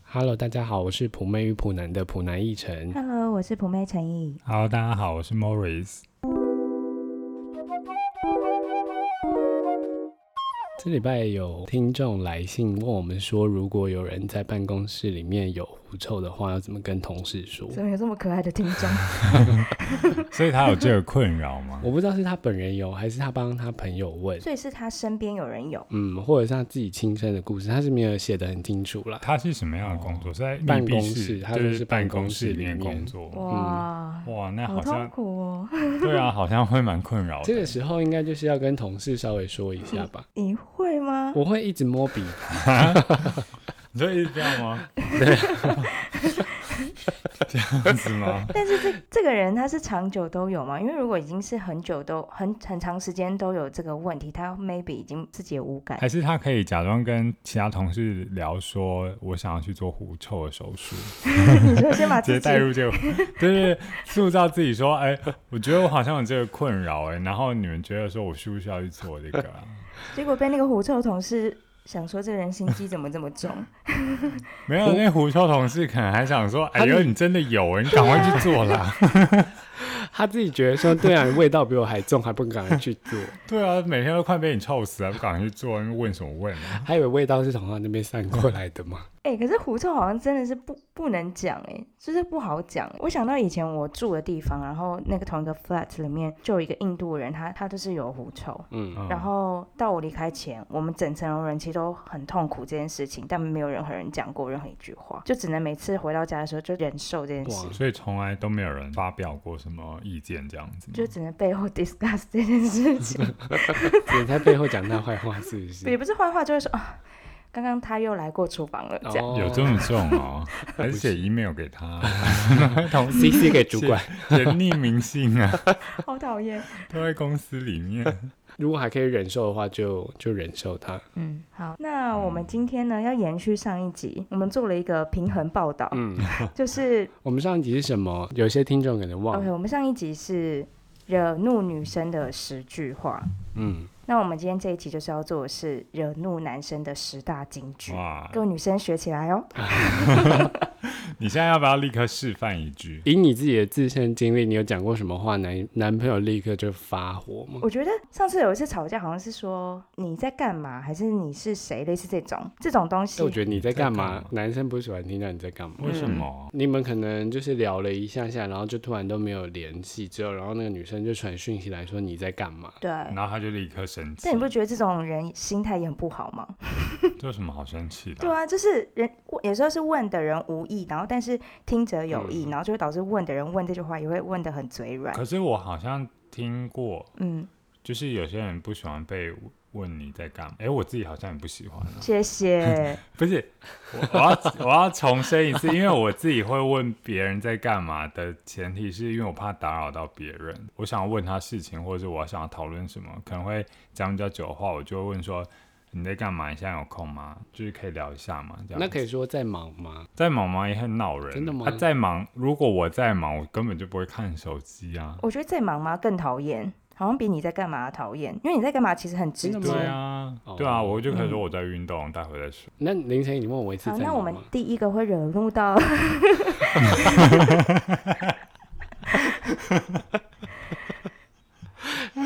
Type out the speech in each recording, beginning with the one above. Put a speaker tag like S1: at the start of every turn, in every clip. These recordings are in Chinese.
S1: Hello，大家好，我是普妹与普男的普男一晨。
S2: Hello，我是普妹陈毅。
S3: Hello，大家好，我是 Morris。
S1: 这礼拜有听众来信问我们说，如果有人在办公室里面有狐臭的话，要怎么跟同事说？
S2: 怎么有这么可爱的听 众？
S3: 所以他有这个困扰吗？
S1: 我不知道是他本人有，还是他帮他朋友问。
S2: 所以是他身边有人有，
S1: 嗯，或者是他自己亲身的故事，他是没有写的很清楚啦。
S3: 他是什么样的工作？是在密
S1: 办
S3: 闭
S1: 公室
S3: 室，
S1: 他
S3: 就
S1: 就是
S3: 是
S1: 办
S3: 办
S1: 公
S3: 公
S1: 室
S3: 室
S1: 里
S3: 里面
S1: 面
S3: 工
S2: 嗯
S3: 作。
S2: 哇，
S3: 哇，那
S2: 好
S3: 好
S2: 痛
S3: 像
S2: 苦哦。
S3: 对啊，好像会蛮困扰
S1: 这
S3: 的。
S1: 个时候应该就是要跟同事稍微说一下 吧。
S2: 你会吗？
S1: 我会一直摸鼻子，
S3: 你就一直这样吗？对， 这样子 吗？
S2: 但是这这个人他是长久都有吗？因为如果已经是很久都很很长时间都有这个问题，他 maybe 已经自己也无感。
S3: 还是他可以假装跟其他同事聊说，我想要去做狐臭的 手术，
S2: 你说先把自己
S3: 直接带入这个，就是塑造自己说，哎、我觉得我好像有这个困扰，哎，然后你们觉得说我需不需要去做这个、啊？
S2: 结果被那个狐臭同事想说，这个人心机怎么这么重？
S3: 没有，那狐臭同事可能还想说，哎
S1: 他
S3: 呦，
S1: 们
S3: 你真的有，你赶快去做啦。
S1: 他自己觉得说，对啊，味道比我还重，还不赶快去 做，
S3: 对啊，每天都快被你臭死啊了，不赶快去做，问什么问啊？
S1: 还以为味道是从他那边散过来的嘛。
S2: 哎、可是狐臭好像真的是不不能讲哎、就是不好讲。我想到以前我住的地方，然后那个同一个 flat 里面就有一个印度人，他他就是有狐臭，
S1: 嗯，
S3: 嗯
S2: 然后到我离开前，我们整层楼人其实都很痛苦这件事情，但没有任何人讲过任何一句话，就只能每次回到家的时候就忍受这件
S1: 哇
S2: 事，，
S3: 所以从来都没有人发表过什么意见，这样子吗。
S2: 就只能背后 discuss 这件事情，
S1: 你在背后讲他坏话是不
S2: 也
S1: 是？
S2: 不是坏话，就会说啊，刚刚他又来过厨房了，这样。
S1: 哦
S3: 有这么重 哦？还是写 email 给他， 同
S1: CC 给主管，
S3: 写匿名信啊，
S2: 好讨厌。
S3: 都在公司里 面。
S1: 如果还可以忍受的话，就就忍受他。
S2: 嗯，好，那我们今天呢要延续上一集，我们做了一个平衡报道，
S1: 嗯，
S2: 就是
S1: 我们上一集是什么？有些听众可能 忘
S2: OK，
S1: 了。
S2: 我们上一集是惹怒女生的十句话，
S1: 嗯，
S2: 那我们今天这一集就是要做的是惹怒男生的十大金句，
S3: 哇，
S2: 各位女生学起来哦。
S3: 你现在要不要立刻示范一句？
S1: 以你自己的自身经历，你有讲过什么话，男男朋友立刻就发火吗？
S2: 我觉得上次有一次吵架，好像是说你在干嘛，还是你是谁，类似这种这种东西
S1: 哎但我。觉得你在干
S3: 在
S1: 嘛
S3: 干嘛？
S1: 男生不喜欢听到你在干嘛。
S3: 为什么？
S1: 你们可能就是聊了一下下，然后就突然都没有联系，之后然后那个女生就传讯息来说你在干嘛？
S2: 对，
S3: 然后他就立刻生气
S2: 但你，不觉得这种人心态也很不好吗？
S3: 这有什么好生气的
S2: 对
S3: 啊？
S2: 啊，就是人有时候是问的人无意，然后但是听者有
S1: 嗯
S2: 意，然后就会导致问的人问这句话也会问的很嘴软。
S3: 可是我好像听过，
S2: 嗯，
S3: 就是有些人不喜欢被问你在干嘛。哎，我自己好像也不喜欢啊。
S2: 谢谢。
S3: 不是，我我要 我要重申一次，因为我自己会问别人在干嘛的前提，是因为我怕打扰到别人。我想要问他事情，或者是我想要讨论什么，可能会讲比较久的话，我就会问说你在干嘛？你现在有空吗？就是可以聊一下嘛，这样。
S1: 那可以，说在忙吗？
S3: 在忙吗？也很恼人。啊
S1: 真的吗
S3: 他在忙，如果我在忙，我根本就不会看手机啊。
S2: 我觉得在忙吗更讨厌，好像比你在干嘛讨厌，因为你在干嘛其实很直
S1: 真的
S2: 接
S1: 吗。
S3: 对啊
S1: 哦，
S3: 对啊，我就可以说我在运动，待会再说。
S1: 那凌晨你问我一次
S2: 好，
S1: 在
S2: 那我
S1: 忙
S2: 们
S1: 吗？
S2: 第一个会惹怒到，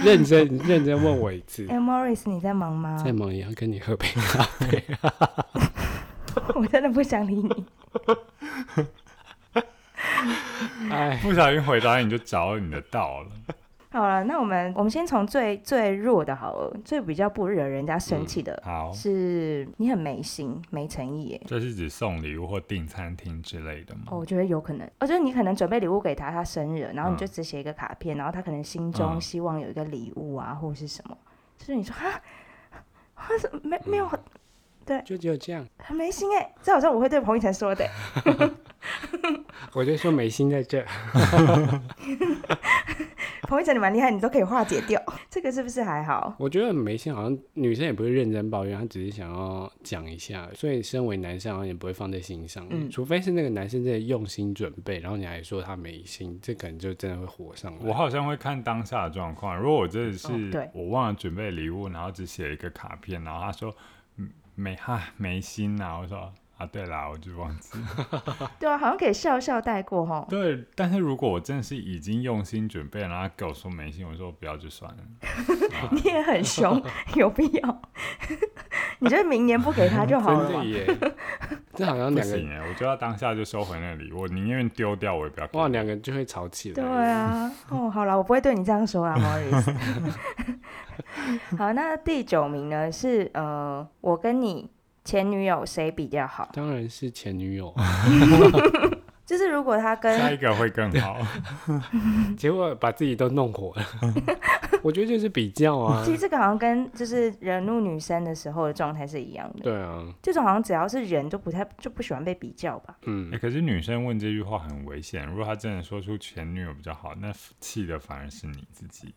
S1: 认真认真问我一次
S2: 哎 Morris，你在忙吗？
S1: 在忙也要跟你喝杯。
S2: 我真的不想理你。
S1: 哎，
S3: 不小心回答你就找你的道了。
S2: 好了，那我们我们先从最最弱的好了，最比较不惹人家生
S1: 嗯
S2: 气的、
S3: 好，
S2: 是你很没心没诚意耶。
S3: 这是指送礼物或订餐厅之类的吗？
S2: 哦，我觉得有可能，哦，就是你可能准备礼物给他，他生日，然后你
S3: 嗯
S2: 就只写一个卡片，然后他可能心中
S3: 嗯
S2: 希望有一个礼物啊，或者是什么，就是你说哈，哈什么没没有很
S1: 就只有这样，
S2: 很没心哎、这好像我会对彭昱晨说的欸、
S1: 我就说美心在这。
S2: 彭昱晨，你蛮厉害，你都可以化解掉，这个是不是还好？
S1: 我觉得美心好像女生也不会认真抱怨，她只是想要讲一下，所以身为男生好像也不会放在心上，
S2: 嗯
S1: 除非是那个男生真的用心准备，然后你还说他没心，这可能就真的会火上
S3: 我
S1: 来。
S3: 好像会看当下的状况。如果我真的是、
S2: 哦对
S3: 我忘了准备礼物，然后只写一个卡片，然后他说嗯没哈没心啊，我说啊，对啦，我就忘记。
S2: 对啊，好像可以笑笑带过哈。
S3: 对，但是如果我真的是已经用心准备了，然后他跟我说没信，我说不要就算了。
S2: 你也很凶，有必要？ 你就明年不给他就好
S1: 真
S2: 了
S1: 的
S2: 嘛。
S1: 耶，这好像
S3: 不
S1: 两个
S3: 行哎，我就要当下就收回那个礼物，我宁愿丢掉，我也不要给。
S1: 哇，两个就会吵起来。
S2: 对啊，哦，好了，我不会对你这样说啊，Morris。好，那第九名呢是呃，我跟你前女友谁比较好？
S1: 当然是前女友，啊
S2: 就是如果他
S3: 下
S2: 跟
S3: 一个会更好。
S1: 结果把自己都弄火 了。我觉得就是比较啊
S2: 其，实这个好像跟就是惹怒女生的时候的状态是一样的。
S1: 对啊，
S2: 这种好像只要是人就不太就不喜欢被比较吧。
S1: 嗯
S3: 欸，可是女生问这句话很危险，如果她真的说出前女友比较好，那气的反而是你自己。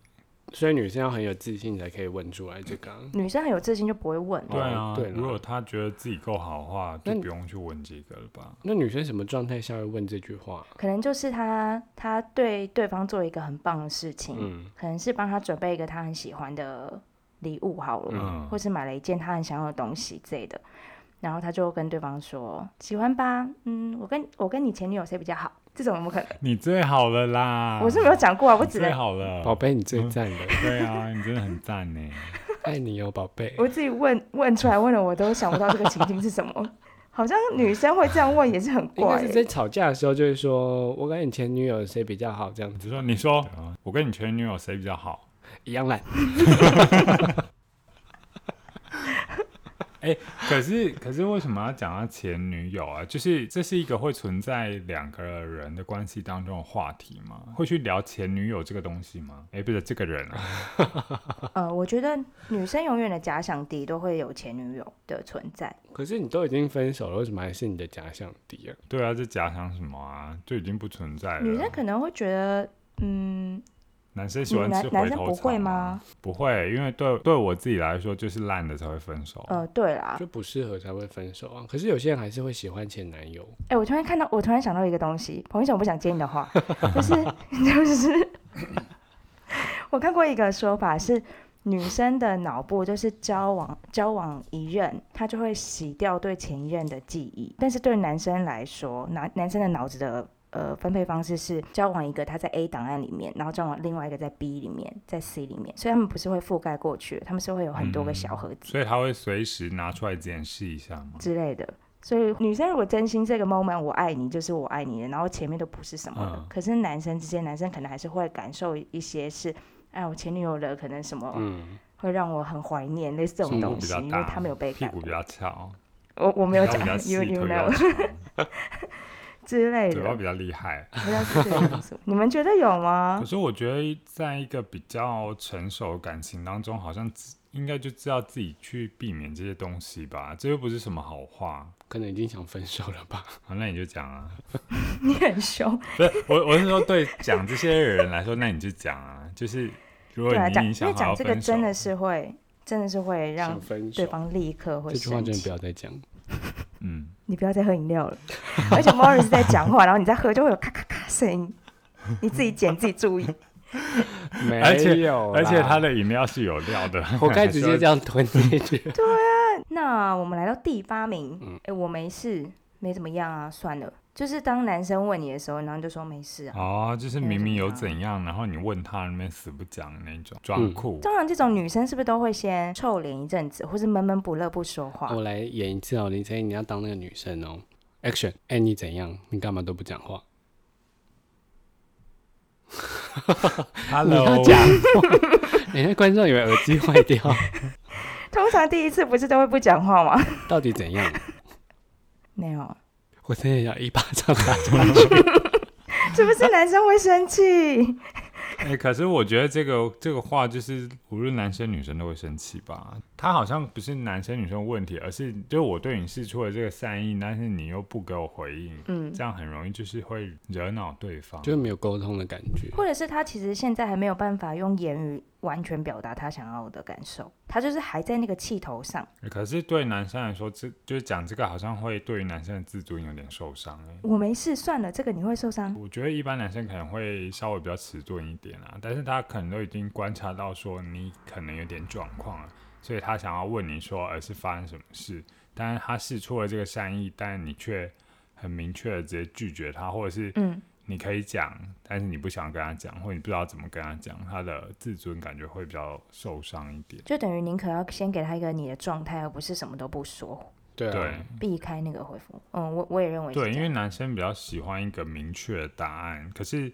S1: 所以女生要很有自信才可以问出来这个啊。
S2: 女生很有自信就不会问了。
S3: 对啊，
S1: 对啦
S3: 如果她觉得自己够好的话，
S1: 那
S3: 就
S1: 你
S3: 不用去问这个了吧？
S1: 那女生什么状态下会问这句话？
S2: 可能就是他他对对方做一个很棒的事情，
S1: 嗯，
S2: 可能是帮他准备一个他很喜欢的礼物好了，
S3: 嗯
S2: 或是买了一件他很想要的东西之类的。然后他就跟对方说：“喜欢吧，嗯，我跟我跟你前女友谁比较好？”这种有没有可能？
S3: 你最好了啦，
S2: 我是没有讲过啊，我只
S3: 最
S2: 能
S3: 好了，
S1: 宝贝，你最赞了，
S3: 对啊，你真的很赞呢。
S1: 爱你哦，宝贝。
S2: 我自己问问出来，问了我都想不到这个情境是什么。好像女生会这样问也是很
S1: 应
S2: 怪
S1: 该
S2: 欸、
S1: 是在吵架的时候就会说，我跟你前女友谁比较好这样
S3: 你
S1: 子，
S3: 就说，你说，我跟你前女友谁比较好？
S1: 一样烂。
S3: 哎、可是可是为什么要讲到前女友啊？就是这是一个会存在两个人的关系当中的话题吗？会去聊前女友这个东西吗？哎、不是这个人啊，
S2: 呃，我觉得女生永远的假想敌都会有前女友的存在。
S1: 可是你都已经分手了，为什么还是你的假想敌啊？
S3: 对啊，这假想什么啊？就已经不存在了。
S2: 女生可能会觉得，嗯，
S3: 男生喜
S2: 你
S3: 欢
S2: 嗯男
S3: 吃
S2: 男
S3: 回
S2: 生
S3: 头
S2: 不会
S3: 草啊
S2: 吗？？
S3: 不会，因为对对我自己来说，就是烂的才会分手。
S2: 呃，对啦，
S1: 就不适合才会分手啊。可是有些人还是会喜欢前男友，
S2: 哎、我突然看到，我突然想到一个东西，彭医生，我不想接你的话， 就是就是， 我看过一个说法是，女生的脑部就是交往交往一任，她就会洗掉对前一任的记忆，但是对男生来说，男男生的脑子的。呃，分配方式是交往一个他在 A 档案里面，然后交往另外一个在 B 里面，在 C 里面，所以他们不是会覆盖过去，他们是会有很多个小盒子。
S3: 所以他会随时拿出来检视一下嘛。
S2: 之类的。所以女生如果真心这个 moment 我爱你就是我爱你的，然后前面都不是什么的。
S3: 嗯
S2: 可是男生之间，男生可能还是会感受一些是，哎，我前女友的可能什么
S1: 嗯，
S2: 会让我很怀念类似这种
S3: 胸部
S2: 东
S3: 比
S2: 西，
S3: 较
S2: 因为
S3: 大，
S2: 他没有被
S3: 屁
S2: 感
S3: 股
S2: 过。
S3: 比较翘，
S2: 我我没有
S3: 腰比
S2: 讲
S3: 较
S2: you
S3: 细，
S2: you
S3: 腿比
S2: know
S3: 较长，
S2: 之类
S3: 嘴巴
S2: 的，
S3: 比较厉害。
S2: 不知道是这个意思。你们觉得有吗
S3: 可？是我觉得，在一个比较成熟的感情当中，好像自应该就知道自己去避免这些东西吧。这又不是什么好话。
S1: 可能已经想分手了吧？
S3: 好，那你就讲啊，
S2: 你很凶，
S3: 不是我，我是说对讲这些人来说，那你就讲啊，就是如果
S2: 对啊，
S3: 你
S2: 讲
S3: 影
S2: 因为
S3: 响好
S2: 讲
S3: 要
S2: 这个
S3: 分手
S2: 真，的是会，真的是会 让
S1: 想分手
S2: 对，方立刻会
S1: 这句话
S2: 生
S1: 真的
S2: 气
S1: 不。要再讲。
S3: 嗯，
S2: 你不要再喝饮料了。 而且 Morris 在讲话，然后你在喝就会有咔咔咔声音，你自己剪自己注意。
S1: 没
S3: 而且
S1: 有啦，
S3: 而且他的饮料是有料 的，
S1: 活该直接这样吞进去。
S2: 那我们来到第八名，哎、
S1: 嗯
S2: 我没事，没怎么样啊，算了。就是当男生问你的时候，然后你就说没事啊。
S3: 哦，就是明明有怎样，然后你问他那边死不讲那种装酷。
S2: 通常这种女生是不是都会先臭脸一阵子，或是闷闷不乐不说 话？
S1: 我来演一次哦，林晨，你要当那个女生哦。Action！哎、你怎样？你干嘛都不讲话？你
S3: Hello，
S1: 要讲话，人家哎观众以为耳机坏掉，
S2: 通常第一次不是都会不讲话吗？
S1: 到底怎样？
S2: 没有，
S1: 我真的要一巴掌打 下
S2: 是不是男生会生气？
S3: 哎、可是我觉得这个这个话就是无论男生女生都会生气吧。他好像不是男生女生的问题，而是就是我对你示出了这个善意，但是你又不给我回应，
S2: 嗯，
S3: 这样很容易就是会惹恼对方。
S1: 就是没有沟通的感觉。
S2: 或者是他其实现在还没有办法用言语完全表达他想要的感受，他就是还在那个气头上。
S3: 可是对男生来说，这就是讲这个好像会对于男生的自尊有点受伤、哎。
S2: 我没事，算了，这个你会受伤。
S3: 我觉得一般男生可能会稍微比较迟钝一点啊，但是他可能都已经观察呃到说你可能有点状况了，所以他想要问你说，而是发生什么事，但是他试出了这个善意，但你却很明确的直接拒绝他，或者是
S2: 嗯，
S3: 你可以讲，但是你不想跟他讲，或者你不知道怎么跟他讲，他的自尊感觉会比较受伤一点。
S2: 就等于宁可要先给他一个你的状态，而不是什么都不说，
S1: 对
S3: 对
S1: 啊，
S2: 避开那个回复。嗯，我我也认为是
S3: 对，
S2: 这
S3: 因
S2: 样
S3: 为男生比较喜欢一个明确的答案，可是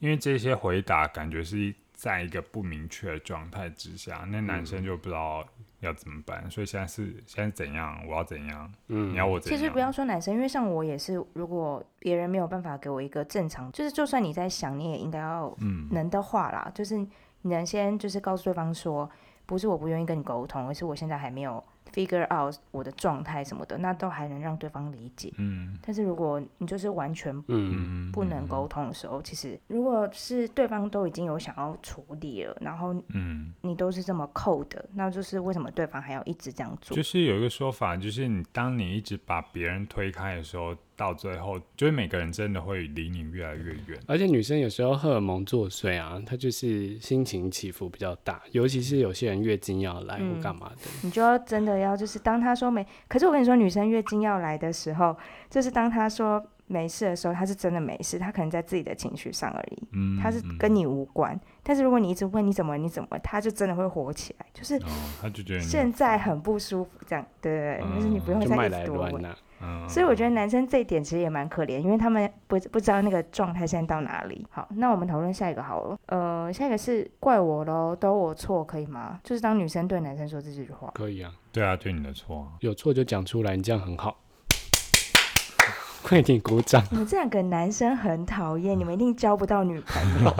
S3: 因为这些回答感觉是在一个不明确的状态之下，那男生就不知道要怎么办。所以现在是现在怎样，我要怎样，
S1: 嗯
S3: 你要我怎
S2: 其
S3: 样？
S2: 实不要说男生，因为像我也是，如果别人没有办法给我一个正常，就是就算你在想，你也应该要
S3: 嗯
S2: 能的话啦，就是你能先就是告诉对方说，不是我不愿意跟你沟通，而是我现在还没有 figure out 我的状态什么的，那都还能让对方理解。
S3: 嗯
S2: 但是如果你就是完全
S1: 嗯，
S3: 嗯
S2: 不能沟通的时候，其实如果是对方都已经有想要处理了，然后
S3: 嗯，
S2: 你都是这么扣的，那就是为什么对方还要一直这样做
S3: 就？是有一个说法，就是你当你一直把别人推开的时候，到最后就是每个人真的会离你越来越远。
S1: 而且女生有时候荷尔蒙作祟啊，她就是心情起伏比较大，尤其是有些人月经要来
S2: 嗯
S1: 或干嘛的，
S2: 你就要真的要就是当他说没，可是我跟你说，女生月经要来的时候，就是当他说没事的时候，他是真的没事，他可能在自己的情绪上而已，
S3: 嗯，
S2: 他是
S3: 嗯
S2: 跟你无关。但是如果你一直问你怎么你怎么，他就真的会火起来，就是
S3: 哦，他就觉得你
S2: 现在很不舒服这样，对对对，就是你不用
S1: 嗯就
S2: 再
S1: 卖
S2: 一直
S1: 来
S2: 多欸
S1: 乱啊
S2: 问。
S1: 呐、
S3: 嗯，
S2: 所以我觉得男生这一点其实也蛮可怜，因为他们不不知道那个状态现在到哪里。好，那我们讨论下一个好了。呃，下一个是怪我喽，都我错可以吗？就是当女生对男生说这句话，
S1: 可以啊，
S3: 对啊，对你的错啊。
S1: 有错就讲出来，你这样很好。 快点鼓掌！
S2: 你们这两个男生很讨
S1: 嗯
S2: 厌，你们一定交不到女 朋友。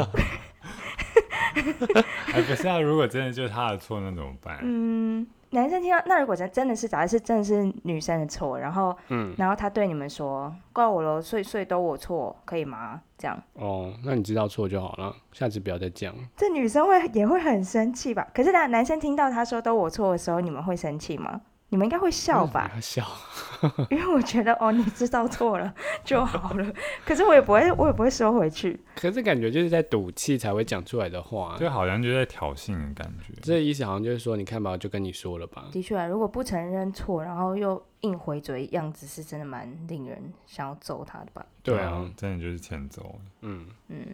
S3: 哎，不是啊，如果真的就是他的错，那怎么办？
S2: 嗯，男生听到那如果真真的是假设是真的是女生的错，然后
S1: 嗯，
S2: 然后他对你们说怪我喽，所以所以都我错可以吗？这样
S1: 哦，那你知道错就好了，下次不要再讲。
S2: 这女生会也会很生气吧？可是男男生听到他说都我错的时候，你们会生气吗？你们应该会笑吧？
S1: 嗯 笑，
S2: 因为我觉得哦，你知道错了就好了。 可是我也不会，我也不会收回去。
S1: 可是感觉就是在赌气才会讲出来的话、啊
S3: 就好像就在挑衅的感觉。
S1: 这意思好像就是说，你看吧，我就跟你说了吧。
S2: 的确、啊，如果不承认错，然后又硬回嘴，样子是真的蛮令人想要揍他的吧。
S1: 对啊，，
S3: 真的就是欠揍。
S1: 嗯，
S2: 嗯，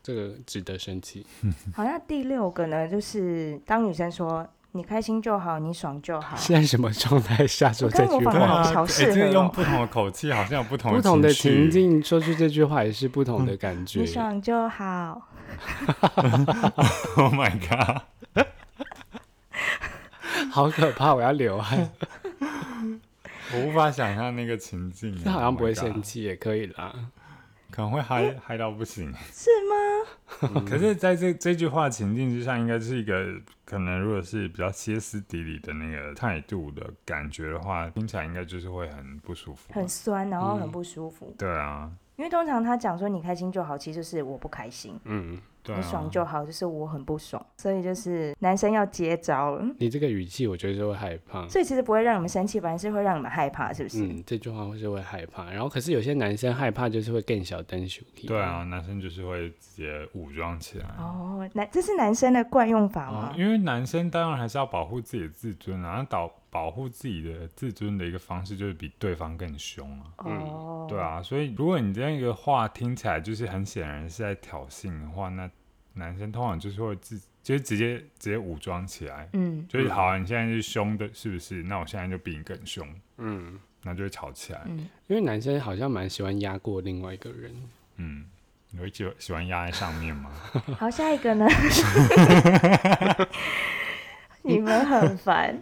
S1: 这个值得生气。
S2: 好，那第六个呢，就是当女生说你开心就好，你爽就好，
S1: 现在什么状态下说这句
S2: 我刚刚模
S1: 话？
S2: 仿好好
S3: 哎
S2: 适合哦
S3: 这用不同的口气，好像有不同
S1: 不同的情
S3: 情绪。
S1: 境说出这句话也是不同的感觉
S2: 你。爽就好。
S3: Oh my god！
S1: 好可怕，我要流汗。
S3: 我无法想象那个情境。
S1: 那好像不会
S3: Oh my
S1: 生
S3: god，
S1: 气也可以啦。
S3: 可能会嗨嗨到不行。嗯
S2: 是吗？
S3: 可是在这这句话情境之下，应该是一个可能，如果是比较歇斯底里的那个态度的感觉的话，听起来应该就是会很不舒服。
S2: 很酸，然后
S3: 嗯
S2: 很不舒服。
S3: 对啊，
S2: 因为通常他讲说你开心就好，其实就是我不开心；
S1: 嗯，
S3: 对
S2: 你爽
S3: 啊。
S2: 就好，就是我很不爽。所以就是男生要接招
S3: 嗯
S2: 了。
S1: 你这个语气，我觉得是会害怕。
S2: 所以其实不会让你们生气，反而是会让你们害怕，是不是？
S1: 嗯，这句话会是会害怕。然后，可是有些男生害怕就是会更小灯熊。
S3: 对，啊，男生就是会直接武装起来。
S2: 哦，男这是男生的惯用法吗
S3: 哦？因为男生当然还是要保护自己的自尊啊，那保保护自己的自尊的一个方式就是比对方更凶啊。
S2: 哦，
S3: 对，啊，所以如果你这样一个话听起来就是很显然是在挑衅的话，那男生通常就是会自就是直接直接武装起来，
S2: 嗯，
S3: 就是好、啊，你现在是凶的，是不是？那我现在就比你更凶，
S1: 嗯，
S3: 那就会吵起来。
S2: 嗯
S1: 因为男生好像蛮喜欢压过另外一个 人。
S3: 嗯，你会喜喜欢压在上面吗？
S2: 好，下一 个呢？你们很烦。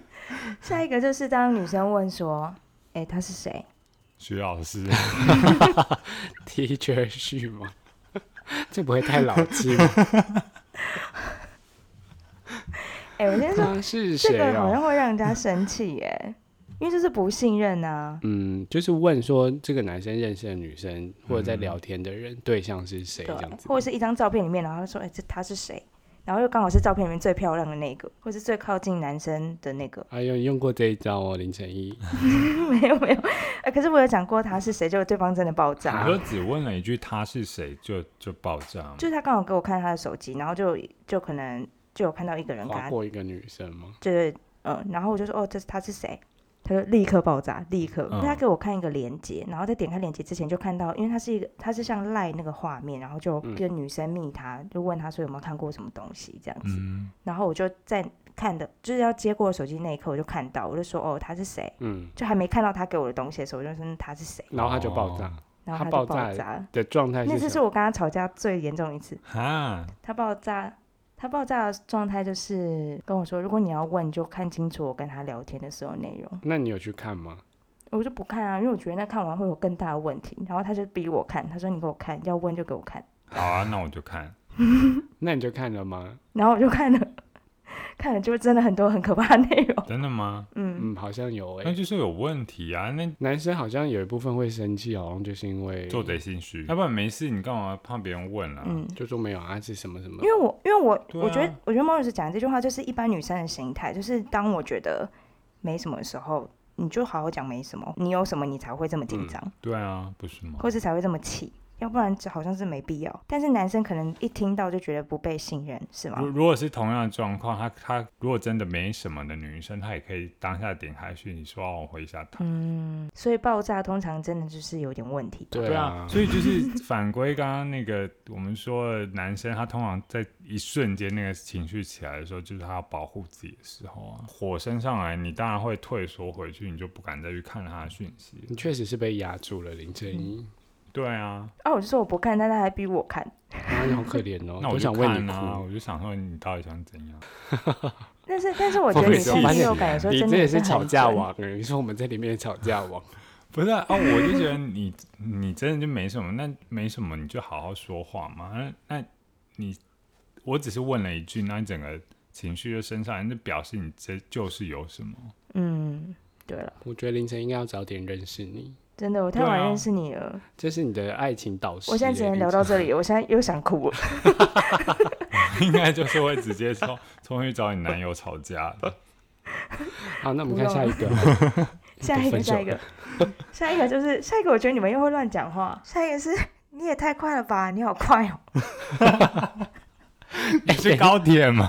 S2: 下一个就是当女生问说：“哎、他是谁
S3: 徐老师，
S1: Teacher 是吗？ 这不会太老气吗？？”
S2: 哎、我先说，
S1: 他 是
S2: 这
S1: 谁
S2: 个好
S1: 啊
S2: 像？会让人家生气耶，因为就是不信任啊。
S1: 嗯，就是问说这个男生认识的女生，或者在聊天的人、对象是谁
S2: 嗯
S1: 啊
S2: 对
S1: 这样，子。
S2: 或者是一张照片里面，然后他说：“哎、这他是谁？”然后又刚好是照片里面最漂亮的那个，或是最靠近男生的那个。
S1: 哎呦，你用过这一招哦，林晨一。
S2: 没有没有，呃，可是我有讲过他是谁，结果对方真的爆炸
S3: 你， 说只问了一句他是谁就就爆炸吗？
S2: 就是他刚好给我看他的手机，然后就就可能就有看到一个人跟
S1: 划
S2: 他，
S1: 过一个女生吗？
S2: 呃就是嗯，然后我就说哦，这是他是谁？他就立刻爆炸，立刻。
S3: 嗯
S2: 他给我看一个链接，然后在点开链接之前就看到，因为它是一个，它是像赖那个画面，然后就
S1: 嗯
S2: 跟女生密他，就问他说有没有看过什么东西这样子。
S3: 嗯，
S2: 然后我就在看的，就是要接过手机那一刻，我就看到，我就说哦，他是谁？
S1: 嗯，
S2: 就还没看到他给我的东西的时候，我就说嗯他是谁？
S1: 然后他就爆炸、他
S2: 然后他
S1: 爆
S2: 就
S1: 炸
S2: 爆炸了。
S1: 的状态
S2: 哦那
S1: 是
S2: 次
S1: 什
S2: 是
S1: 么？
S2: 我跟他吵架最严重一次。
S3: 哈，
S2: 他爆炸，他爆炸的状态就是跟我说，如果你要问，你就看清楚我跟他聊天的所有内容。
S1: 那你有去看吗？
S2: 我就不看啊，因为我觉得那看完会有更大的问题。然后他就逼我看，他说你给我看，要问就给我看。
S3: 好啊，那我就看。
S1: 那你就看了吗？
S2: 然后我就看了， 看了就真的很多很可怕的内容。
S3: 真的吗？
S2: 嗯，
S1: 嗯，好像有诶、
S3: 那就是有问题啊！那
S1: 男生好像有一部分会生气，好像就是因为
S3: 做贼心虚，要不然没事，你干嘛怕别人问啊？
S2: 嗯，
S1: 就说没有啊，是什么什么
S2: 因？为我因为我、
S3: 对啊
S2: 我觉得我觉得 Morris 讲这句话就是一般女生的心态，就是当我觉得没什么的时候，你就好好讲没什么，你有什么你才会这么紧张。
S3: 对啊，不是吗？
S2: 或是才会这么气，要不然这好像是没必要。但是男生可能一听到就觉得不被信任，是
S3: 如
S1: 嗯
S2: 吗？
S3: 如果是同样的状况，她她如果真的没什么的女生，她也可以当下点开讯息说哦让我回一下她。
S2: 嗯，所以爆炸通常真的就是有点问题。
S1: 对啊，
S3: 所以就是反归刚刚那个我们说的男生，他通常在一瞬间那个情绪起来的时候，就是他要保护自己的时候啊，火升上来，你当然会退缩回去，你就不敢再去看他的讯息了。
S1: 你确实是被压住了，林正英，
S2: 嗯
S3: 对啊，
S2: 啊，我就说我不看，但他还逼我看。
S1: 啊，你好可怜哦，
S3: 那
S1: 都
S3: 我就
S1: 想为
S3: 看
S1: 你
S3: 啊，
S1: 哭。
S3: 我就想说你到底想怎样？
S2: 但是，但是我觉得
S3: 会
S2: 女
S3: 被
S2: 生
S3: 气
S2: 第
S3: 死
S2: 六感有时候
S1: 你
S2: 真
S1: 这
S2: 的
S1: 也
S2: 是
S1: 是
S2: 很
S1: 吵架
S2: 准。
S1: 王哎、你说我们在里面吵架王，
S3: 不 是啊，啊我就觉得 你你真的就没什么，那没什么，你就好好说话嘛。那那你我只是问了一句，那你整个情绪就升上来，那表示你这就是有什么。
S2: 嗯，对了，
S1: 我觉得凌晨应该要早点认识你，
S2: 真的，我太
S3: 对啊
S2: 晚认识你了。
S1: 这是你的爱情导师欸。
S2: 我现在只能聊
S1: 凌晨
S2: 到这里，我现在又想 哭了。
S3: 应该就是会直接冲冲去找你男友吵架的。
S1: 好，那我们
S2: 不
S1: 看
S2: 用
S1: 下一个。
S2: 下一个，
S1: 分手
S2: 下一个，下一个就是下一个，我觉得你们又会乱讲话。下一个是你也太快了吧，你好快哦。
S3: 你是高铁吗？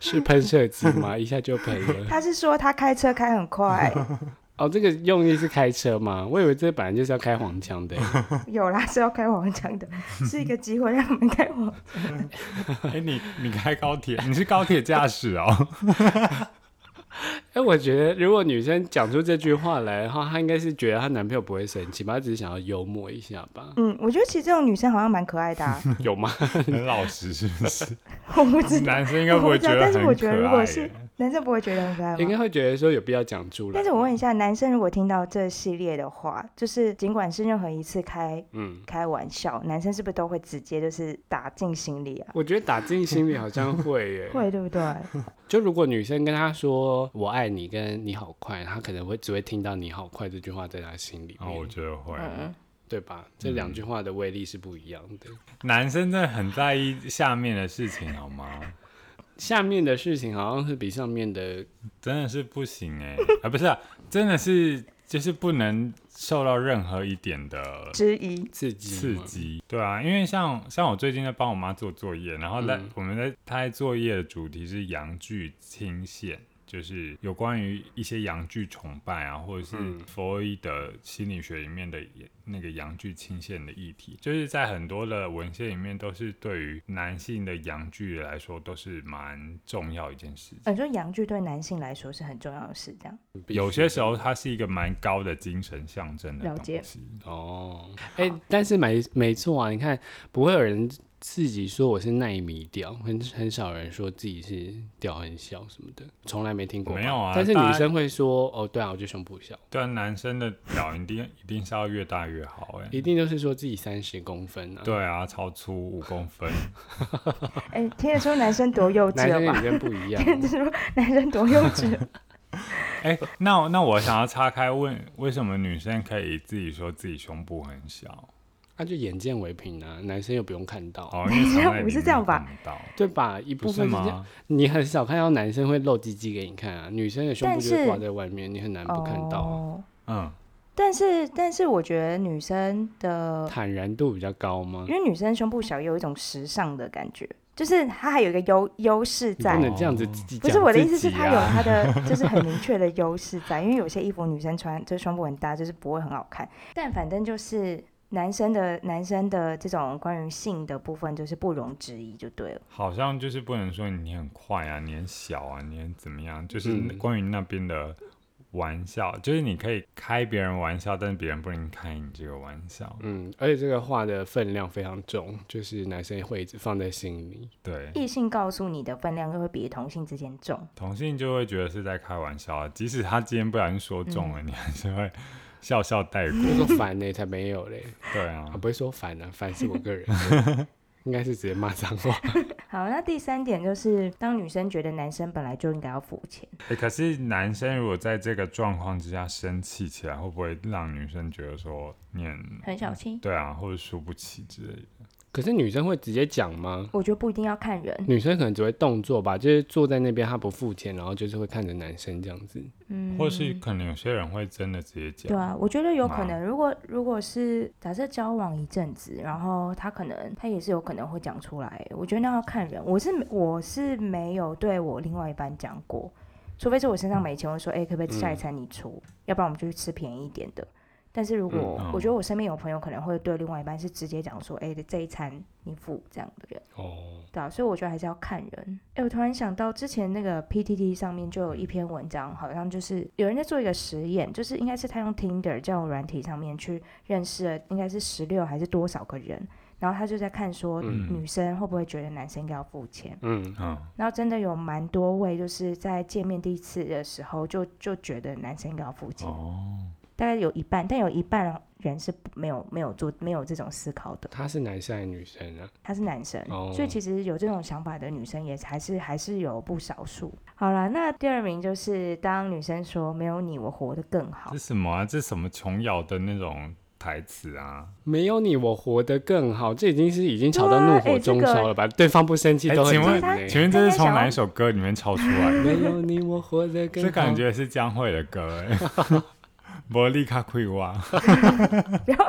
S1: 是喷射机吗？一下就喷了。
S2: 他是说他开车开很 快，
S1: 哦，这个用意是开车吗？我以为这本来就是要开黄腔的欸。
S2: 有啦， 是要开黄腔的，是一个机会让我们开黄。？
S3: 哎、你你开高铁，你是高铁驾驶哦。
S1: 哎、我觉得如果女生讲出这句话来的话，她应该是觉得她男朋友不会生气吧？她只是想要幽默一下吧
S2: 嗯，我觉得其实这种女生好像蛮可爱的、啊，
S3: 嗯
S1: 有吗？
S3: 很老实是不 是？
S2: 我不知道，
S3: 男生应该不会觉
S2: 但是我
S3: 很
S2: 觉得如
S3: 可
S2: 果
S3: 爱
S2: 是
S3: 耶。
S2: 男生不会觉得很可爱
S1: 应该
S2: 吗？
S1: 会觉得说有必要讲出来。
S2: 但是我问一，下，男生如果听到这系列的话，就是尽管是任何一次开
S1: 嗯，
S2: 开玩笑，男生是不是都会直接就是打进心里啊？
S1: 我觉得打进心里好像会耶。
S2: 会对不对？
S1: 就如果女生跟他说“我爱你”跟“你好快”，他可能会只会听到“你好快”这句话在他心里
S3: 啊、
S1: 面，
S3: 我觉得会。
S2: 嗯，
S1: 对吧？这两句话的威力是不一样的。
S3: 嗯男生真的很在意下面的事情，好吗？
S1: 下面的事情好像是比上面的
S3: 真的是不行哎、啊，不是、啊，真的是就是不能受到任何一点的
S2: 之一。
S1: 刺激
S3: 刺
S1: 吗，
S3: 激，对啊，因为像像我最近在帮我妈做作业，然后在、
S1: 嗯
S3: 我们在她在作业的主题是阳具倾线，就是有关于一些阳具崇拜啊，或者是
S1: 嗯
S3: 弗洛伊德心理学里面的也那个阳具倾线的议题，就是在很多的文献里面都是对于男性的阳具来说都是蛮重要一件事情。
S2: 嗯，就阳具对男性来说是很重要的事，这样。
S1: 必须
S3: 有些时候，它是一个蛮高的精神象征的
S2: 了解
S3: 东西。
S1: 哦，哎、但是没没错啊，你看不会有人自己说我是奈米屌，很很少人说自己是屌很小什么的，从来没听过吧。
S3: 没有啊
S1: 但是
S3: 大家
S1: 女生会说哦，对啊，我就胸部小，
S3: 对啊，男生的屌一定一定是要越大越好、哎，
S1: 一定都是说自己三十公分啊。，
S3: 对啊，超粗五公分，
S2: 哎，听得出男生多幼稚
S1: 男生
S2: 了
S1: 跟
S2: 吧
S1: 女？生不一样。
S2: 听得出男生多幼稚。
S3: 哎、那我那我想要岔开问，为什么女生可以自己说自己胸部很小？
S1: 那、就眼见为凭啊，男生又不用看到，
S3: 哦，因为 藏在里
S2: 不是
S3: 面
S2: 这样吧
S3: 看不到？
S1: 对吧？一部
S3: 不是
S1: 分是这样，
S3: 吗？
S1: 你很少看到男生会露鸡鸡给你看啊，女生的胸部
S2: 但
S1: 就是会挂在外面，你很难不看到啊、
S2: 哦
S3: 嗯，
S2: 但是，但是我觉得女生的，
S1: 坦然度比较高吗
S2: 因？为女生胸部小，有一种时尚的感觉。就是他还有一个优优势
S1: 你不
S2: 在。
S1: 能这样子自己、讲
S2: 不是我的意思
S1: 自
S2: 是，
S1: 己
S2: 他有
S1: 啊
S2: 他的 就是很明确的优势在，因为有些衣服女生穿就是胸部很大，就是不会很好看。但反正就是男生的男生的这种关于性的部分，就是不容置疑就对了。
S3: 好像就是不能说你很快啊，你很小啊，你很怎么样，就是
S1: 嗯
S3: 关于那边的玩笑，就是你可以开别人玩笑，但是别人不能开你这个玩笑。
S1: 嗯，而且这个话的分量非常重，就是男生会一直放在心里。
S3: 对，
S2: 异性告诉你的分量又会比同性之间重，
S3: 同性就会觉得是在开玩笑啊，即使他今天不小心说中
S1: 嗯
S3: 了，你还是会笑笑带过。
S1: 就 说烦呢、才没有嘞，
S3: 对
S1: 啊
S3: 啊
S1: 不，会说烦啊，烦是我个人 的，应该是直接骂脏话。
S2: 好，那第三点就是，当女生觉得男生本来就应该要付钱，
S3: 诶欸可是男生如果在这个状况之下生气起来，会不会让女生觉得说你很
S2: 很小气，
S3: 对啊，或者输不起之类的？
S1: 可是女生会直接讲吗？
S2: 我觉得不一定要看人，
S1: 女生可能只会动作吧，就是坐在那边她不付钱，然后就是会看着男生这样子。
S2: 嗯，
S3: 或是可能有些人会真的直接讲。
S2: 对啊，我觉得有可
S3: 嘛
S2: 能。如果如果是假设交往一阵子，然后他可能他也是有可能会讲出来。我觉得那要看人，我是我是没有对我另外一半讲过，除非是我身上没钱，我说哎、可不可以下
S3: 嗯
S2: 一餐你出，要不然我们就去吃便宜一点的。但是如果、
S3: 嗯
S2: 我觉得我身边有朋友可能会对另外一半是直接讲说，哎、这一餐你付这样的人，
S1: 哦，
S2: 对啊，所以我觉得还是要看人。哎，我突然想到之前那个 PTT 上面就有一篇文章，好像就是有人在做一个实验，就是应该是他用 Tinder 这种软体上面去认识了，应该是十六还是多少个人，然后他就在看说
S1: 嗯
S2: 女生会不会觉得男生应该要付钱。
S1: 嗯，
S3: 嗯，
S2: 然后真的有蛮多位，就是在见面第一次的时候就就觉得男生应该要付钱，
S3: 哦，
S2: 大概有一半，但有一半人是没有没有做没有这种思考的。
S1: 他是男生还是女生啊？
S2: 他是男生，
S1: 哦
S2: 所以其实有这种想法的女生也还是还是有不少数。好啦，那第二名就是当女生说“没有你，我活得更好
S3: 这什么啊？这什么琼瑶的那种台词啊？
S1: 没有你，我活得更好。这已经是已经吵到怒火中烧了吧？对方不生气
S3: 哎
S1: 都很
S3: 请问
S1: 难欸
S3: 请问这是从哪一首歌里面抄出来的？
S1: 没有你，我活得更好。
S3: 这感觉是江蕙的 歌哎、欸。伯利卡奎娃，”，
S2: 然后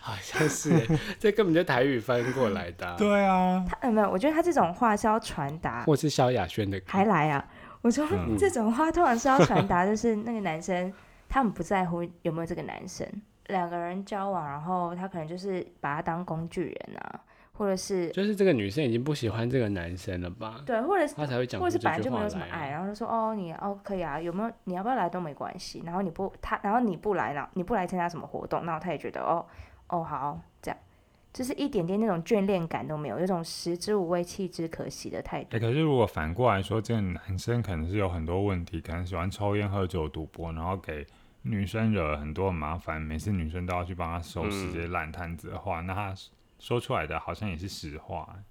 S1: 好像 是欸，这根本就台语翻过来的啊、
S3: 对啊，
S2: 他呃没有，我觉得他这种话是要传达，
S1: 或是萧亚轩的歌。
S2: 还来啊！我说、 这种话通常是要传达，就是那个男生他们不在乎有没有这个男生，两个人交往，然后他可能就是把他当工具人啊，或者是
S1: 就是这个女生已经不喜欢这个男生了吧？
S2: 对，或者是
S1: 她才会讲出
S2: 或者
S1: 这
S2: 是本来
S1: 句
S2: 就没
S1: 话
S2: 有什么
S1: 来
S2: 爱，
S1: 啊。
S2: 然后就说哦，你哦可以啊，有没有你要不要来都没关系。然后你不他，然后你不来，然后你不来参加什么活动，然后他也觉得哦哦好这样，就是一点点那种眷恋感都没有，有种食之无味弃之可惜的态度。
S3: 哎、可是如果反过来说，这个男生可能是有很多问题，可能喜欢抽烟、喝酒、赌博，然后给女生惹了很多麻烦，每次女生都要去帮他收拾
S1: 嗯
S3: 这些烂摊子的话，那他说出来的好像也是实话欸、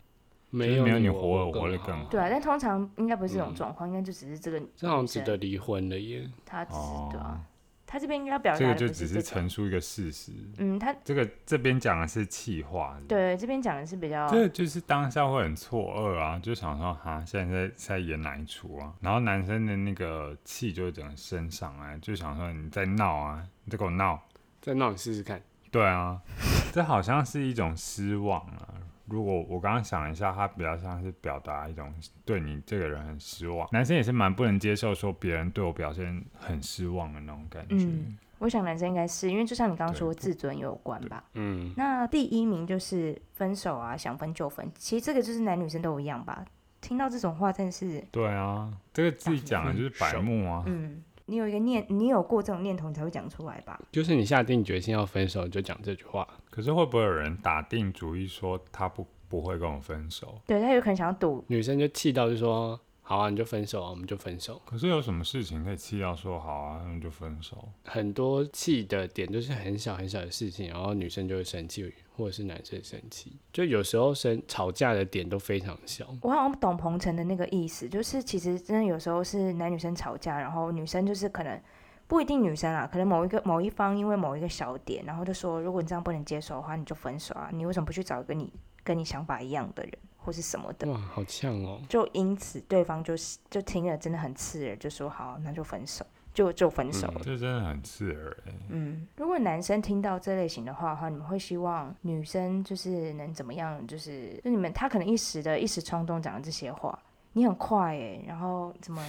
S1: 没有
S3: 没有你活
S1: 我
S3: 我活得更
S1: 好
S3: 好。
S2: 对啊，但通常应该不是这
S1: 嗯
S2: 种状况，应该就只是这个女
S1: 这好像值
S2: 生
S1: 得离婚了耶。
S2: 她只是、对
S3: 哦
S2: 啊，，她这边应该表达
S3: 这个
S2: 的
S3: 就
S2: 不
S3: 只
S2: 这
S3: 是
S2: 个
S3: 陈述一个事实。
S2: 嗯，她
S3: 这个这边讲的是气话，是不是，
S2: 对这边讲的是比较
S3: 这就是当下会很错愕啊，就想说哈，现在在在演哪一出啊？然后男生的那个气就整个升上来，就想说你在闹啊，你在给我闹。
S1: 再让你试试看，
S3: 对啊， 这好像是一种失望啊。如果我刚刚想了一下，他比较像是表达一种对你这个人很失望。男生也是蛮不能接受说别人对我表现很失望的那种感觉。
S2: 嗯我想男生应该是因为就像你刚刚
S3: 对
S2: 说
S3: 不
S2: 自尊有关吧。
S1: 嗯，
S2: 那第一名就是分手啊，想分就分。其实这个就是男女生都一样吧。听到这种话，真的是，
S3: 对啊，这个自己讲的就是白目啊。
S2: 嗯，你有一个念，你有过这种念头，你才会讲出来吧？
S1: 就是你下定决心要分手，你就讲这句话。
S3: 可是会不会有人打定主意说他不不会跟我分手？
S2: 对他有可能想要赌，
S1: 女生就气到就说：“好啊，你就分手啊，我们就分手。
S3: 可是有什么事情可以气到说好啊，那就分手？”
S1: 很多气的点就是很小很小的事情，然后女生就会生气，或者是男生生气。就有时候生吵架的点都非常小，
S2: 我好像懂彭程的那个意思，就是其实真的有时候是男女生吵架，然后女生就是可能不一定女生啊，可能某一个某一方因为某一个小点，然后就说如果你这样不能接受的话，你就分手啊，你为什么不去找一个你跟你想法一样的人或是什么的？
S1: 哇，好呛哦、
S2: 就因此对方就是就听了真的很刺耳，就说好，那就分手。就就分手了。
S3: 这真的很刺耳、欸。
S2: 嗯，如果男生听到这类型的话的话，你们会希望女生就是能怎么样？就是就你们他可能一时的一时冲动讲了这些话，你很快哎、然后怎么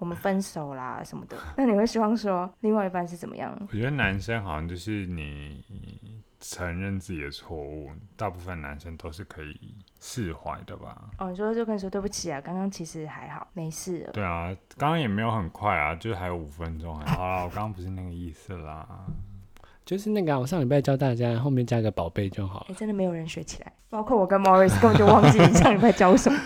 S2: 我们分手啦什么 的，那你会希望说另外一半是怎么样？
S3: 我觉得男生好像就是你承认自己的错误，大部分男生都是可以释怀的吧？
S2: 哦，你说就跟你说对不起啊，刚刚其实还好，没事了。
S3: 对啊，刚刚也没有很快啊，就是还有五分钟啊。好啦，我刚刚不是那个意思啦。
S1: 就是那个啊、我上礼拜教大家，后面加个宝贝就好了。
S2: 哎，真的没有人学起来，包括我跟 Morris 根本就忘记你上礼拜 教什么。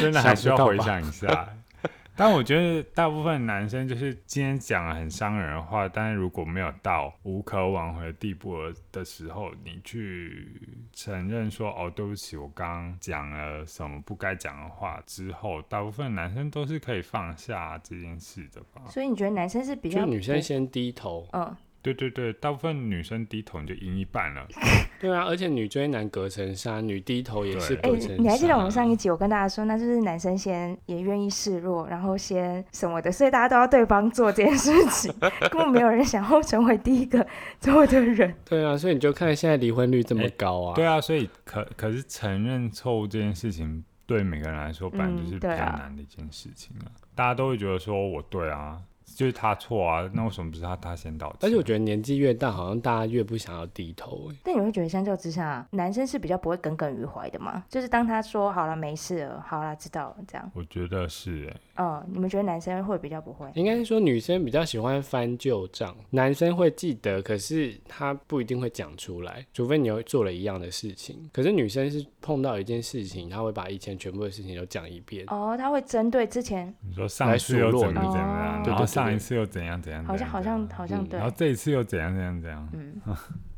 S3: 真的还需要
S1: 想不
S3: 回
S1: 到吧
S3: 想一下。 但我觉得大部分男生就是今天讲了很伤人的话，但是如果没有到无可挽回的地步的时候，你去承认说哦，对不起，我刚刚讲了什么不该讲的话之后，大部分男生都是可以放下这件事的吧？
S2: 所以你觉得男生是比
S1: 就
S2: 较
S1: 女
S2: 不
S1: 生先低头，
S2: 嗯，
S3: 对对对，大部分女生低头你就赢一半了。
S1: 对啊，而且女追男隔层纱，女低头也是
S2: 哎、
S1: 隔层纱。
S2: 你还记得我
S3: 啊
S2: 们上一集我跟大家说，那就是男生先也愿意示弱，然后先什么的，所以大家都要对方做这件事情， 根本没有人想要成为第一个做的人。
S1: 对啊，所以你就看现在离婚率这么
S3: 哎
S1: 高啊。
S3: 对啊，所以可可是承认错误这件事情，对每个人来说，本来就是
S2: 嗯
S3: 比较
S2: 对啊
S3: 难的一件事情啊。大家都会觉得说我对啊，就是他错啊，那为什么不是他他先道歉？
S1: 而且我觉得年纪越大，好像大家越不想要低头、欸。
S2: 但你会觉得相较之下，男生是比较不会耿耿于怀的嘛？就是当他说好了没事了，好了知道了这样，
S3: 我觉得是、欸，
S2: 嗯，你们觉得男生会比较不会？
S1: 应该是说女生比较喜欢翻旧账，男生会记得，可是他不一定会讲出来，除非你又做了一样的事情。可是女生是碰到一件事情，她会把以前全部的事情都讲一遍。
S2: 哦，他会针对之前，
S3: 你说上一次又怎么怎
S2: 来
S3: 么
S2: 数落
S3: 样，
S2: 你
S3: 然
S1: 哦
S3: 后上一次又怎样怎样怎样，
S2: 好像好像
S3: 怎样
S2: 好像
S1: 嗯
S2: 对
S3: 然，后这一次又怎样怎样怎样，
S2: 嗯，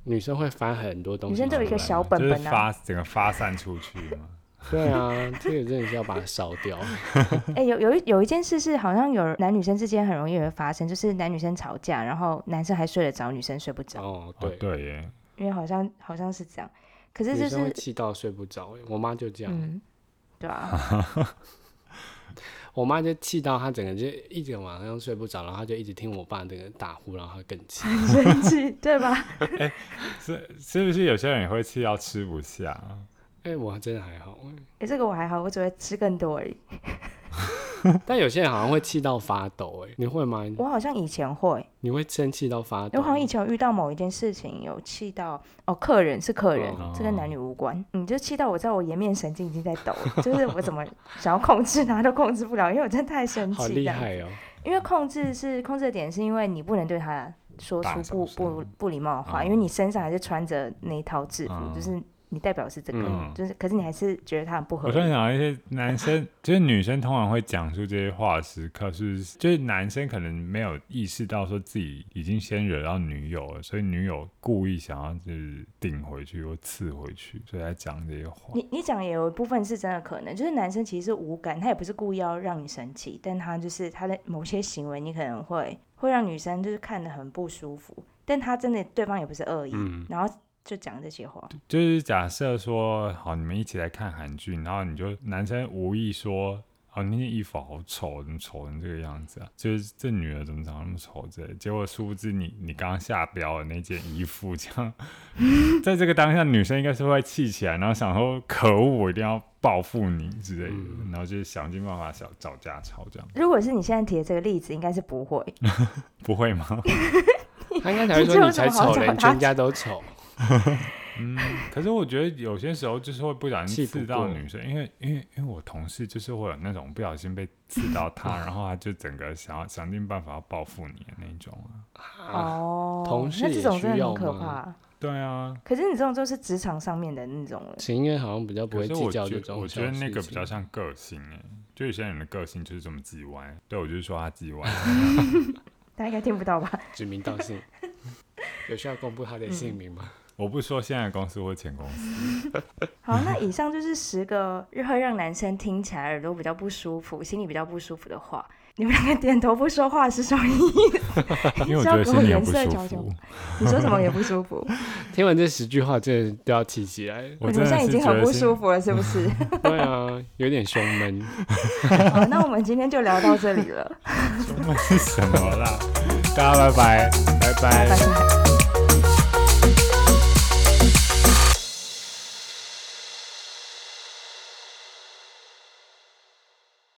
S1: 女生会翻很多东西
S2: 女
S1: 出来。
S2: 生都有一个小本
S3: 就是
S2: 本啊。
S3: 发整个发散出去嘛。
S1: 对啊，这个真的是要把它烧 掉。
S2: 哎、有有一有一件事是好像有男女生之间很容易会发生，就是男女生吵架，然后男生还睡得着，女生睡不着，
S1: 哦，
S3: 哦
S1: 对，
S3: 对耶，
S2: 因为好像好像是这样。可是就
S1: 女生会
S2: 是
S1: 气到睡不着、欸。我妈就这样，
S2: 嗯，对啊，
S1: 我妈就气到她整个就一整晚上睡不着，然后她就一直听我爸这个打呼，然后她更 气。
S2: 很生气，对吧？
S3: 是是不是有些人也会气到吃不下？啊
S1: 哎、我真的还好、欸，
S2: 哎、这个我还好，我只会吃更多而已。
S1: 但有些人好像会气到发抖、欸。哎，你会吗？
S2: 我好像以前会，
S1: 你会生气到发抖
S2: 我
S1: 吗？
S2: 好像以前有遇到某一件事情，有气到哦，客人是客人，
S3: 哦
S2: 这跟男女无关，你就气到我知道我颜面神经已经在抖了， 就是我怎么想要控制它都控制不了，因为我真的太生
S1: 好
S2: 气，
S1: 厉
S2: 这样子
S1: 害嗯哦、
S2: 因为控制是控制的点，是因为你不能对他说
S3: 大
S2: 出
S3: 小
S2: 不
S3: 声
S2: 不不礼貌的话，
S1: 哦
S3: 嗯
S2: 因为你身上还是穿着那一套制服，
S3: 嗯
S2: 就是你代表是这个，
S1: 嗯
S2: 就是可是你还是觉得他很不合
S3: 我突然
S2: 理。
S3: 想到一些男生，就是女生通常会讲出这些话的时刻，是不是就是男生可能没有意识到说自己已经先惹到女友了，所以女友故意想要就是顶回去或刺回去，所以才讲这些话。
S2: 你你讲也有一部分是真的可能，就是男生其实是无感，他也不是故意要让你生气，但他就是他的某些行为，你可能会会让女生就是看得很不舒服，但他真的对方也不是恶意，
S1: 嗯
S2: 然后就讲这些话，
S3: 就是假设说，好，你们一起来看韩剧，然后你就男生无意说。哦，你那件衣服好丑，怎么丑成这个样子啊？就是这女的怎么长那么丑之类的？结果殊不知你你刚刚下标的那件衣服，这样， 在这个当下，女生应该是会气起来，然后想说可恶，我一定要报复你之类的，然后就是想尽办法想找家吵，这样
S2: 如果是你现在提的这个例子，应该是不会，
S3: 不会吗？
S1: 他应该才会 说你才丑嘞，你全家都丑。
S3: 嗯可是我觉得有些时候就是会不小
S1: 气
S3: 心
S1: 不
S3: 刺到
S1: 过
S3: 女生，因为因为因为我同事就是会有那种不小心被刺到 她，然后她就整个想要想尽办法要报复你的那种啊。
S1: 啊，
S2: 哦，
S1: 同事
S2: 那这
S1: 也
S2: 种真
S1: 需
S2: 的
S1: 要
S2: 很可
S1: 吗
S2: 怕。
S3: 对啊，
S2: 可是你这种就是职场上面的那种了，
S1: 情人好像比较不
S3: 可
S1: 会
S3: 是
S1: 计
S3: 我
S1: 较这
S3: 觉
S1: 种
S3: 我觉得
S1: 小
S3: 那
S1: 事
S3: 个
S1: 情
S3: 比较像个性哎、就有些人的个性就是这么叽歪。对我就是说他叽歪，
S2: 大家应该听不到吧？
S1: 指名道姓。有需要公布他的姓名吗？
S3: 我不说现在的公司或前公司，
S2: 好，那以上就是十个会让男生听起来耳朵比较不舒服、心里比较不舒服的话。你们两个点头不说话是什么意思？
S3: 因为我
S2: 是要
S3: 觉得
S2: 给
S3: 心
S2: 我
S3: 里很
S2: 颜
S3: 不
S2: 色
S3: 舒
S2: 瞧瞧
S3: 服
S2: 吗。你说什么也不舒服，
S1: 听完这十句话，真的都要气起来了。
S3: 我
S2: 你
S3: 真
S2: 们现
S3: 的
S2: 在已
S3: 是
S2: 经
S3: 觉
S2: 很
S3: 得
S2: 不舒
S3: 心，
S2: 服了，是 不是？
S1: 对啊，有点胸闷。
S2: 好，那我们今天就聊到这里了。
S3: 中文是什么啦？大家拜拜，拜
S2: 拜
S3: 拜
S2: 拜。